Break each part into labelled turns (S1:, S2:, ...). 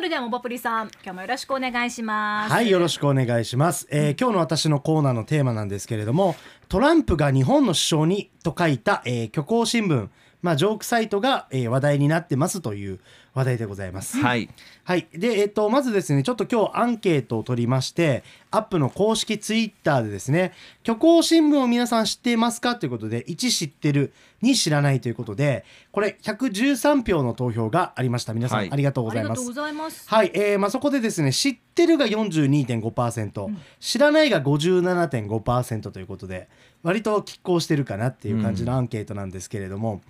S1: れではモバプリさん今日もよろしくお願いします
S2: はいよろしくお願いします、えー今日の私のコーナーのテーマなんですけれどもトランプが日本の首相にと書いた、えー虚構新聞まあジョークサイトが、えー話題になってますという話題でございます
S3: はい。
S2: はい。で、えっと、まずですね、ちょっと今日アンケートを取りまして、アップの公式ツイッターでですね、虚構新聞を皆さん知っていますかということで、1知ってる、2知らないということで、これ113票の投票がありました。皆さん、
S3: はい
S2: ありがとうご
S1: あ
S2: ざ
S1: り
S2: い
S1: が
S2: ま
S1: とう
S2: す
S1: ご。ざいます
S2: はい、えーまあ、そこでですね知ってるが42.5%、知らないが57.5%ということで割と拮抗してるかなっていう感じのアンケートなんですけれども、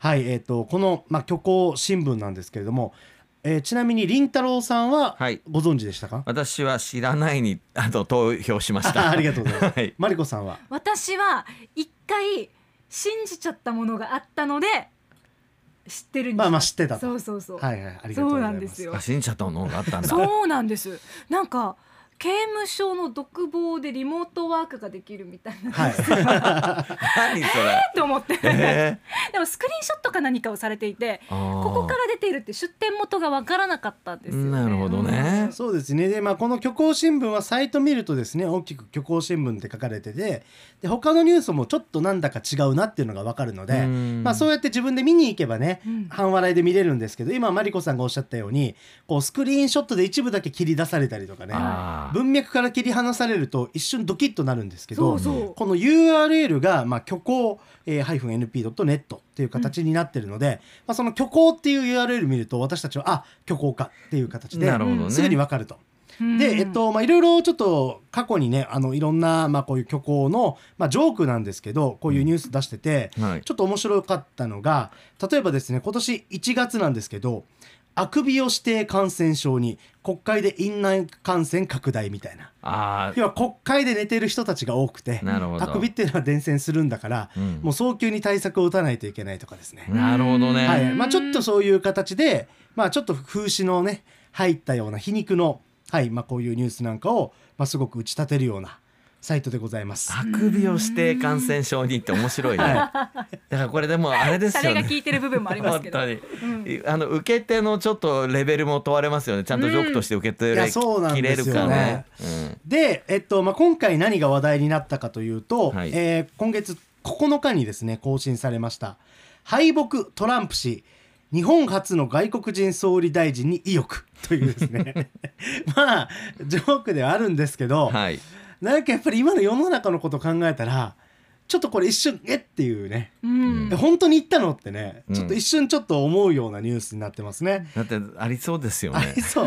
S2: はい、えー、とこの、まあ、虚構新聞なんですけれども、えーちなみにりんたろーさんは
S3: はい
S2: ご存知でしたか、
S3: 私は知らないに、あの投票しまし
S2: あ
S3: た。
S2: ありがとうございます、
S3: はい
S2: マリコさんは
S1: 私は一回信じちゃったものがあったので知ってるんです
S2: まあまあ知ってたと
S1: そうそうそう、
S2: はいはいありがとう
S1: そ
S2: ございます
S1: うなんですよ
S3: あ、死んじゃったものがあったんだ。
S1: そうなんですなんか刑務所の独房でリモートワークができるみたいな
S2: はい
S3: 何それ。
S1: と思って、
S3: え
S1: でもスクリーンショットか何かをされていて
S3: ーあー
S1: ここから出ているって出店元が分からなかったんですよね。
S3: なるほどね
S2: そうですねで、まあ、この虚構新聞はサイト見るとですね大きく虚構新聞って書かれててで他のニュースもちょっとなんだか違うなっていうのが分かるので、
S3: うん
S2: まあ、そうやって自分で見に行けばね、
S1: うん
S2: 半笑いで見れるんですけど今マリコさんがおっしゃったようにこうスクリーンショットで一部だけ切り出されたりとかね
S3: あー
S2: 文脈から切り離されると一瞬ドキッとなるんですけど
S1: そうそう
S2: この URL が、まあ、虚構、えー、-np.net っていう形になってるので、まあ、その虚構っていう URL 見ると私たちはあ虚構かっていう形で
S3: なるほどね
S2: すぐに分かると。
S1: うん
S2: で、えっと、まあ、いろいろちょっと過去にね、あの、いろんな、まあ、こういう虚構の、まあ、ジョークなんですけど、こういうニュース出してて、
S3: はい
S2: ちょっと面白かったのが、例えばですね、今年1月なんですけど、あくびを指定感染症に国会で院内感染拡大みたいな。
S3: あ
S2: 要は国会で寝てる人たちが多くて
S3: ー、なるほど。
S2: あくびっていうのは伝染するんだから、
S3: うん
S2: もう早急に対策を打たないといけないとかですね。
S3: なるほどね。
S2: はいまあ、ちょっとそういう形で、まあ、ちょっと風刺のね入ったような皮肉の、はいまあ、こういうニュースなんかを、まあ、すごく打ち立てるようなサイトでございます。
S3: あくびをして感染症にって面白いね。だからこれでもあれです
S1: シャ
S3: よ
S1: レが
S3: ね
S1: 効。いてる部分もあります
S3: 本
S1: けど
S3: 当に、あの受け手のちょっとレベルも問われますよね。ちゃんとジョークとして受
S2: う
S3: けて
S2: んいやそうなん
S3: 切
S2: で
S3: れ
S2: すよ
S3: る
S2: ね
S3: かね。
S2: で、えっとまあ、今回何が話題になったかというと、
S3: はい
S2: えー今月9日にですね更新されました「敗北トランプ氏日本初の外国人総理大臣に意欲」 というですね まあジョークではあるんですけど、
S3: うんはい。
S2: なんかやっぱり今の世の中のこと考えたらちょっとこれ一瞬えっていうね
S1: うん
S2: え本当に行ったのってね、
S3: うん
S2: ちょっと一瞬ちょっと思うようなニュースになってますね。
S3: だってありそうですよ
S2: あ
S3: ね
S2: り。そう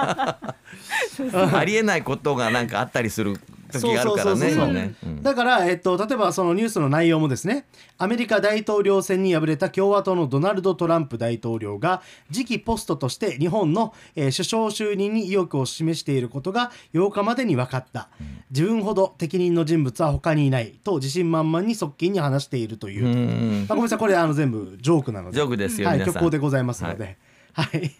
S3: ありえないことがなんかあったりする時があるから
S2: そうそうそう
S3: ね。
S2: そう
S3: 今ねうん
S2: だから、えっと、例えばそのニュースの内容もですねアメリカ大統領選に敗れた共和党のドナルド・トランプ大統領が次期ポストとして日本の、えー首相就任に意欲を示していることが8日までに分かった自分ほど適任の人物は他にいないと自信満々に側近に話しているという、
S3: う
S2: ま
S3: ん
S2: あ、ごめんなさいこれあの全部ジョークなので
S3: ジョークですよ、
S2: はい、
S3: 皆さ
S2: 虚
S3: ん。
S2: 構でございますので。はい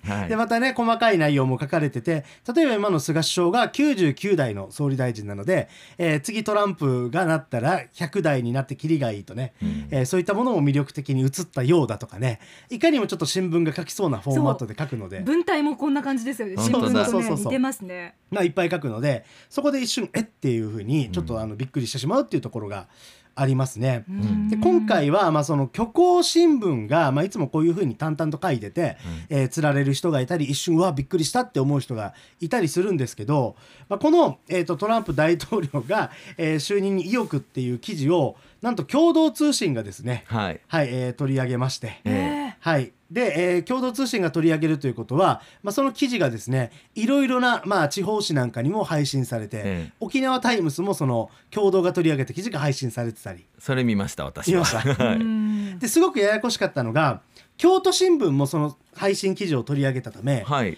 S3: はい
S2: でまたね細かい内容も書かれてて例えば今の菅首相が99代の総理大臣なので、えー次トランプがなったら100代になってキリがいいとね、えーそういったものも魅力的に映ったようだとかねいかにもちょっと新聞が書きそうなフォーマットで書くので、
S1: 文体もこんな感じですよね。新
S3: 本当
S1: 聞
S3: だ
S1: とね
S2: そうそうそう
S1: 似てますね。
S2: まあ、いっぱい書くのでそこで一瞬えっていうふうにちょっとあのびっくりしてしまうっていうところがありますね。
S1: うん
S2: で今回は、まあ、その虚構新聞が、まあ、いつもこういうふうに淡々と書いてて、えー釣られる人がいたり一瞬うわびっくりしたって思う人がいたりするんですけど、まあ、この、えー、とトランプ大統領が、えー就任に意欲っていう記事をなんと共同通信がですね、
S3: はい。
S2: はいえー取り上げまして。
S3: ええ
S1: ね
S2: はい、で、えー共同通信が取り上げるということは、まあ、その記事がですねいろいろな、まあ、地方紙なんかにも配信されて、
S3: ええ
S2: 沖縄タイムスもその共同が取り上げた記事が配信されてたり
S3: それ見ました私
S2: 見
S3: は。
S2: ました
S1: え
S3: はい
S1: うん
S2: ですごくややこしかったのが京都新聞もその配信記事を取り上げたため、
S3: はい。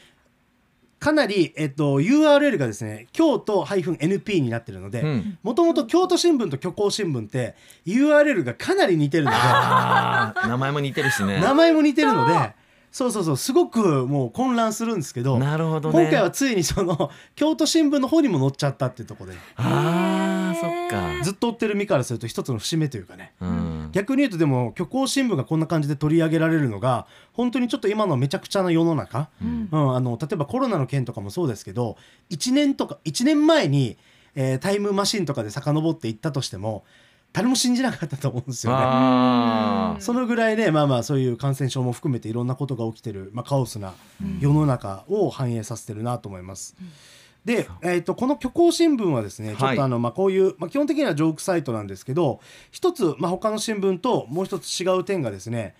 S2: かなり、えっと、URL がですね京都 -np になってるので。
S3: うん。
S2: もともと京都新聞と虚構新聞って URL がかなり似てるので
S3: あー名前も似てる しね。
S2: 名前も似てるのでそうそうそうすごくもう混乱するんですけど
S3: なるほどね。
S2: 今回はついにその京都新聞の方にも載っちゃったっていうところで
S3: ああそっか
S2: ずっと追ってる身からすると一つの節目というかね
S3: うん
S2: 逆に言うとでも虚構新聞がこんな感じで取り上げられるのが本当にちょっと今のめちゃくちゃな世の中、
S1: うん
S2: うん、あの例えばコロナの件とかもそうですけど1年とか1年前に、えータイムマシンとかで遡っていったとしても誰も信じなかったと思うんですよね。
S3: あ
S1: ー
S2: そのぐらいで、まあまあそういう感染症も含めていろんなことが起きてる、まあ、カオスな世の中を反映させてるなと思います。で、えー、とこの虚構新聞はですね、
S3: はい
S2: ちょっとあの、まあ、こういう、まあ、基本的にはジョークサイトなんですけど一つ、まあ、他の新聞ともう一つ違う点がですね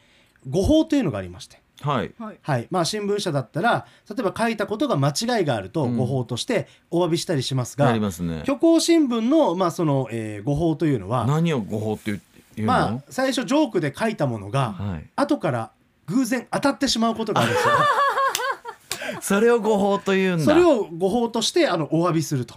S2: 誤報というのがありまして。
S3: あはい
S1: はい
S2: はいまあ、新聞社だったら例えば書いたことが間違いがあると
S3: うん
S2: 誤報としてお詫びしたりしますが、
S3: なりますね
S2: 虚構新聞の,、まあそのえー誤報というのは、
S3: 何を誤報って言う言うの、
S2: まあ、最初ジョークで書いたものが、
S3: はい、
S2: 後から偶然当たってしまうことがあるん ですよ。
S3: それを誤報というんだ
S2: それを誤報としてあのお詫びすると。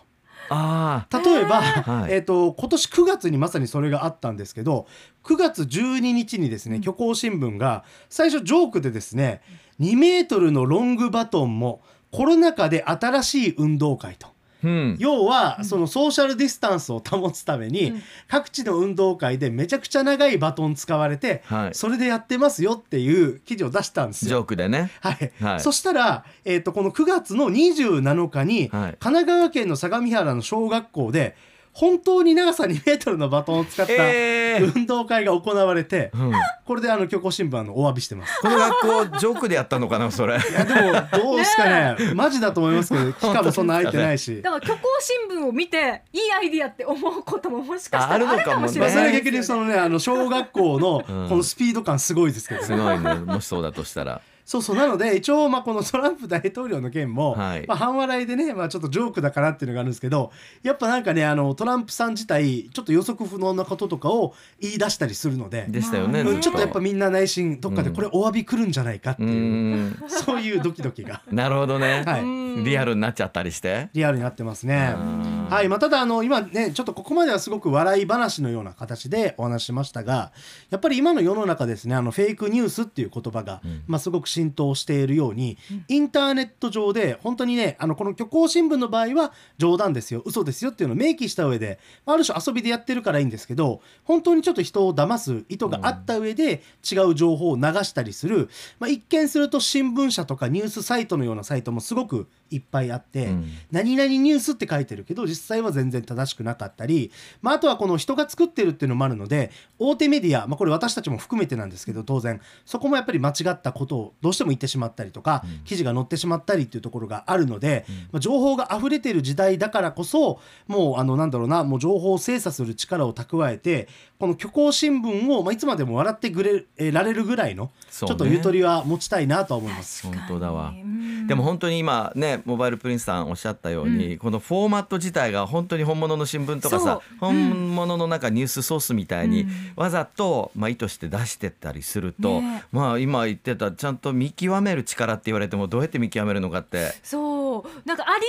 S3: あ
S2: 例えば、
S3: はい
S2: えっと今年9月にまさにそれがあったんですけど9月12日にですね虚構新聞が最初ジョークでですね2メートルのロングバトンもコロナ禍で新しい運動会と。
S3: あうん
S2: 要はそのソーシャルディスタンスを保つため
S1: う
S2: に
S1: ん
S2: 各地の運動会でめちゃくちゃ長いバトン使われて
S3: はい
S2: それでやってますよっていう記事を出したんです
S3: ジ
S2: よ。
S3: ョークでね
S2: はい
S3: はい
S2: そしたら、えー、とこの9月の27日に、
S3: はい
S2: 神奈川県の相模原の小学校で本当に長さ2メートルのバトンを使った
S3: えー
S2: 運動会が行われて、
S3: うん、
S2: これであの虚構新聞あのお詫びしてます。
S3: この学校ジョークでやったのかなそれ
S2: いやでもどうですかねマジだと思いますけ ど期間もそんな空いてないし、
S1: だから虚構新聞を見ていいアイディアって思うことももしかしたら
S3: あ
S1: あ
S3: る
S1: る
S3: のか
S1: か
S3: もね
S1: もし
S2: ま
S1: れ
S2: あ、そ
S1: な
S2: れ
S1: い
S2: 逆にそのねあの小学校の
S3: うん
S2: このスピード感すごいですけどね、
S3: すごいねもしそうだとしたら
S2: そうそうなので一応まあこの トランプ大統領の件も、
S3: はい
S2: まあ、半笑いでね、まあ、ちょっとジョークだからっていうのがあるんですけどやっぱなんかねあのトランプさん自体ちょっと予測不能なこととかを言い出したりするので
S3: でしたよね、
S1: まあ
S2: う
S1: ね
S2: んちょっとやっぱみんな内心どっかで
S3: うん
S2: これお詫び来るんじゃないかって
S3: う
S2: いう、
S3: ん
S2: そういうドキドキ が
S3: なるほどね、
S2: はい
S1: うん
S3: リアルになっちゃったりして
S2: リアルになってますね。
S3: うん
S2: はいまあ、ただあの今ねちょっとここまではすごく笑い話のような形でお話ししましたがやっぱり今の世の中ですねあのフェイクニュースっていう言葉が、
S3: うん
S2: まあ、すごく浸透しているように、インターネット上で本当にねあのこの虚構新聞の場合は冗談ですよ嘘ですよっていうのを明記した上で、まあ、ある種遊びでやってるからいいんですけど本当にちょっと人を騙す意図があった上で違う情報を流したりする、まあ、一見すると新聞社とかニュースサイトのようなサイトもすごくいっぱいあって。
S3: うん
S2: 何々ニュースって書いてるけど実際は全然正しくなかったり、まあ、あとはこの人が作ってるっていうのもあるので大手メディア、まあ、これ私たちも含めてなんですけど当然そこもやっぱり間違ったことをどうしても言ってしまったりとか、記事が載ってしまったりっていうところがあるので、まあ、情報が溢れてる時代だからこそもうあのなんだろうなもう情報を精査する力を蓄えてこの虚構新聞を、まあ、いつまでも笑ってくれえーられるぐらいの、ち
S3: そ
S2: ょ
S3: うね
S2: っとゆとりは持ちたいなとは思います。
S3: 本当だわ
S1: うん
S3: でも本当に今ねモバイルプリンスさんおっしゃったように、このフォーマット自体が本当に本物の新聞とかさ
S1: そう
S3: 本物のなんかニュースソースみたいに
S1: うん
S3: わざと、まあ、意図して出してったりすると、
S1: ね
S3: まあ今言ってたちゃんと見極める力って言われてもどうやって見極めるのかって
S1: そうなんかあり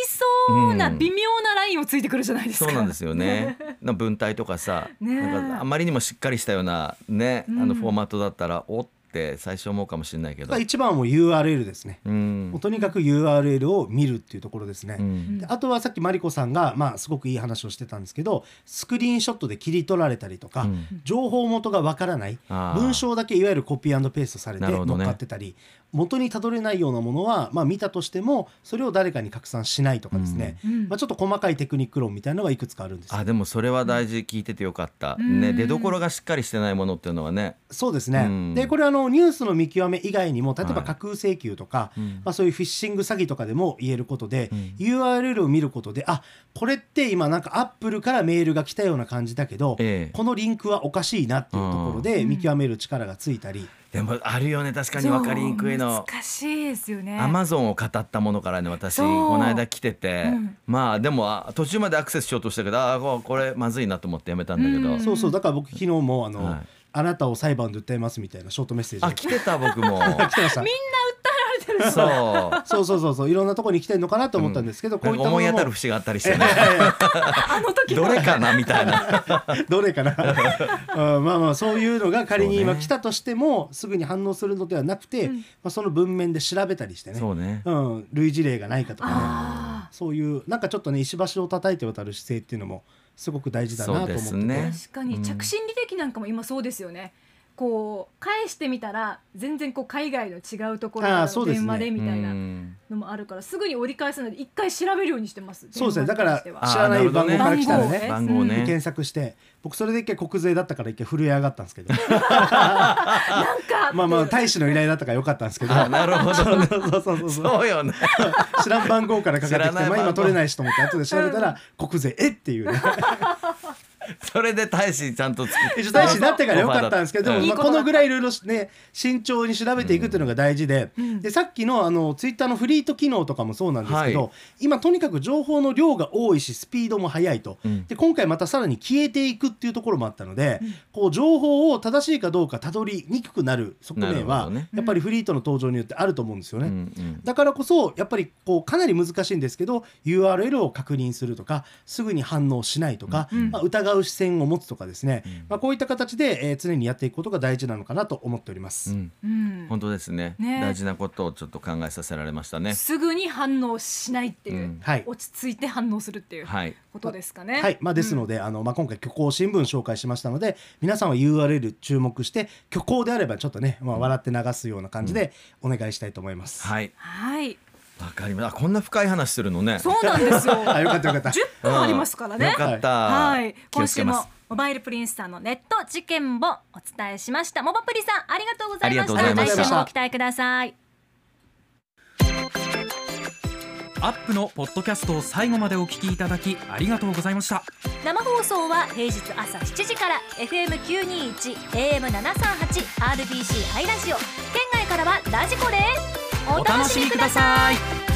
S1: そうな
S3: うん
S1: 微妙なラインをついてくるじゃないです
S3: そ
S1: か、
S3: うなんですよね。な文体とかさ、
S1: ねえ
S3: なんかあまりにもしっかりしたようなね、
S1: うん
S3: あのフォーマットだったらおって最初思うかもしれないけど、
S2: 一番はもう URL ですね。
S3: うん
S2: もう、とにかく URL を見るっていうところですね。
S3: うん
S2: であとはさっきマリコさんが、まあ、すごくいい話をしてたんですけどスクリーンショットで切り取られたりとか、
S3: うん
S2: 情報元がわからない
S3: あー
S2: 文章だけいわゆるコピーペーストされて
S3: なるほど
S2: 乗っ
S3: ね
S2: かってたり、元にたどれないようなものは、まあ、見たとしてもそれを誰かに拡散しないとかですね、
S1: うん
S2: まあ、ちょっと細かいテクニック論みたいなのがいくつかあるんですよ
S3: あでもそれは大事聞いててよかった、
S1: うん
S3: ね出所がしっかりしてないものっていうのはね、
S2: そうですね、
S3: うん
S2: でこれあのニュースの見極め以外にも例え
S3: は
S2: ば
S3: い
S2: 架空請求とか、
S3: うん
S2: まあ、そういうフィッシング詐欺とかでも言えることで、
S3: うん
S2: URL を見ることであこれって今なんかアップルからメールが来たような感じだけど、
S3: ええ
S2: このリンクはおかしいなっていうところで
S1: うん
S2: 見極める力がついたり、
S3: でもあるよね確かに分かりにくい
S1: そう
S3: の。
S1: 難しいですよね
S3: アマゾンを語ったものからね私
S1: そう
S3: この間来てて、
S1: うん
S3: まあでもあ途中までアクセスしようとしたけどあーこれまずいなと思ってやめたんだけど、
S1: うん
S2: そうそうだから僕昨日もあの、
S3: はい
S2: あなたを裁判で訴えますみたいなショートメッセージ
S3: あ
S2: が
S3: 来てた 僕も
S2: 来てました。
S3: そう
S2: そうそうそうそういろんなところに来てるのかなと思ったんですけど、こういったも
S3: 思い
S2: の
S3: 当たる
S2: も
S3: 節があった りして、
S1: あの時
S3: どれかなみたいな。
S2: どれ かな、うん、まあまあそういうのが仮に今来たとしても、すぐに反応するのではなくて、まあ、その文面で調べたりしてね
S3: そうね。
S2: うん、類似例がないかとかね
S1: あ
S2: そういうなんかちょっとね石橋を叩いて渡る姿勢っていうのもすごく大事だなと思ってて
S3: そうですね
S1: 確かに
S3: うん
S1: 着信履歴なんかも今そうですよね、こう返してみたら全然こう海外の違うところから
S2: あーそ
S1: の
S2: うです
S1: 電
S2: ね
S1: 話でみたいうなんのもあるからすぐに折り返すので一回調べるようにしてます
S2: そうですね
S1: 電話に関しては
S2: だから知らない番号から来たらね
S3: 番号
S2: で
S3: ね。
S2: 検索して僕それで一回国税だったから一回震え上がったんです けど
S1: なんか
S2: まあまあ大使の依頼だったから良かったんですけど
S3: あなるほ ど。
S2: そうそうそうそう
S3: そうよね。
S2: 知らん番号からかかってきて
S3: 知らない
S2: まあ
S3: 番号
S2: 今取れないしと思って後で調べたら国税えっていうね
S3: それで大使ちゃんとつ
S2: 一応大使になってから良かったんですけど
S3: う
S2: でも
S3: ん
S2: まあこのぐらいいろいろね慎重に調べていくっていうのが大事で
S1: うん
S2: でさっきのあのツイッターのフリート機能とかもそうなんですけ
S3: は
S2: ど今とにかく情報の量が多いしスピードも速いと
S3: うん
S2: で今回またさらに消えていくっていうところもあったのでこう情報を正しいかどうかたどりにくくなる側
S3: なる
S2: 面
S3: ほど
S2: は
S3: ね
S2: やっぱりフリートの登場によってあると思うんですよ
S3: うんう
S2: ね。
S3: ん
S2: だからこそやっぱりこうかなり難しいんですけど URL を確認するとかすぐに反応しないとか、
S1: うん
S2: まあ、疑う視線を持つとかですね、
S3: うん
S2: まあ、こういった形で、えー常にやっていくことが大事なのかなと思っております。
S3: うん
S1: うん
S3: 本当ですね。
S1: ね
S3: 大事なことをちょっと考えさせられましたね。
S1: すぐに反応しないっていう、
S3: うん
S2: はい
S1: 落ち着いて反応するっていう
S3: はい。
S1: ことですかね。
S2: はいまあ、ですの
S1: で、
S2: で、あのまあ、今回虚構新聞紹介しましたので皆さんは URL 注目して虚構であればちょっとね、まあ、笑って流すような感じでお願いしたいと思います。
S3: はい。
S1: はい、
S3: わかりました。あこんな深い話するのね。
S1: そうなんですよ。
S2: あよかったよ かった
S1: 十分ありますからね。
S3: よかった。
S1: はい、
S3: 気を
S1: 今
S3: つけ
S1: 週
S3: ま
S1: も
S3: す。
S1: モバイルプリンスさんのネット事件簿お伝えしました。モバプリさんありがとうございまし
S3: あり
S1: た。
S3: がとうございました
S1: 来週もご期待ください。
S4: アップのポッドキャストを最後までお聞きいただきありがとうございました
S1: 生放送は平日朝7時から FM921 AM738 RBC ハイラジオ県外からはラジコですお楽しみください
S4: さい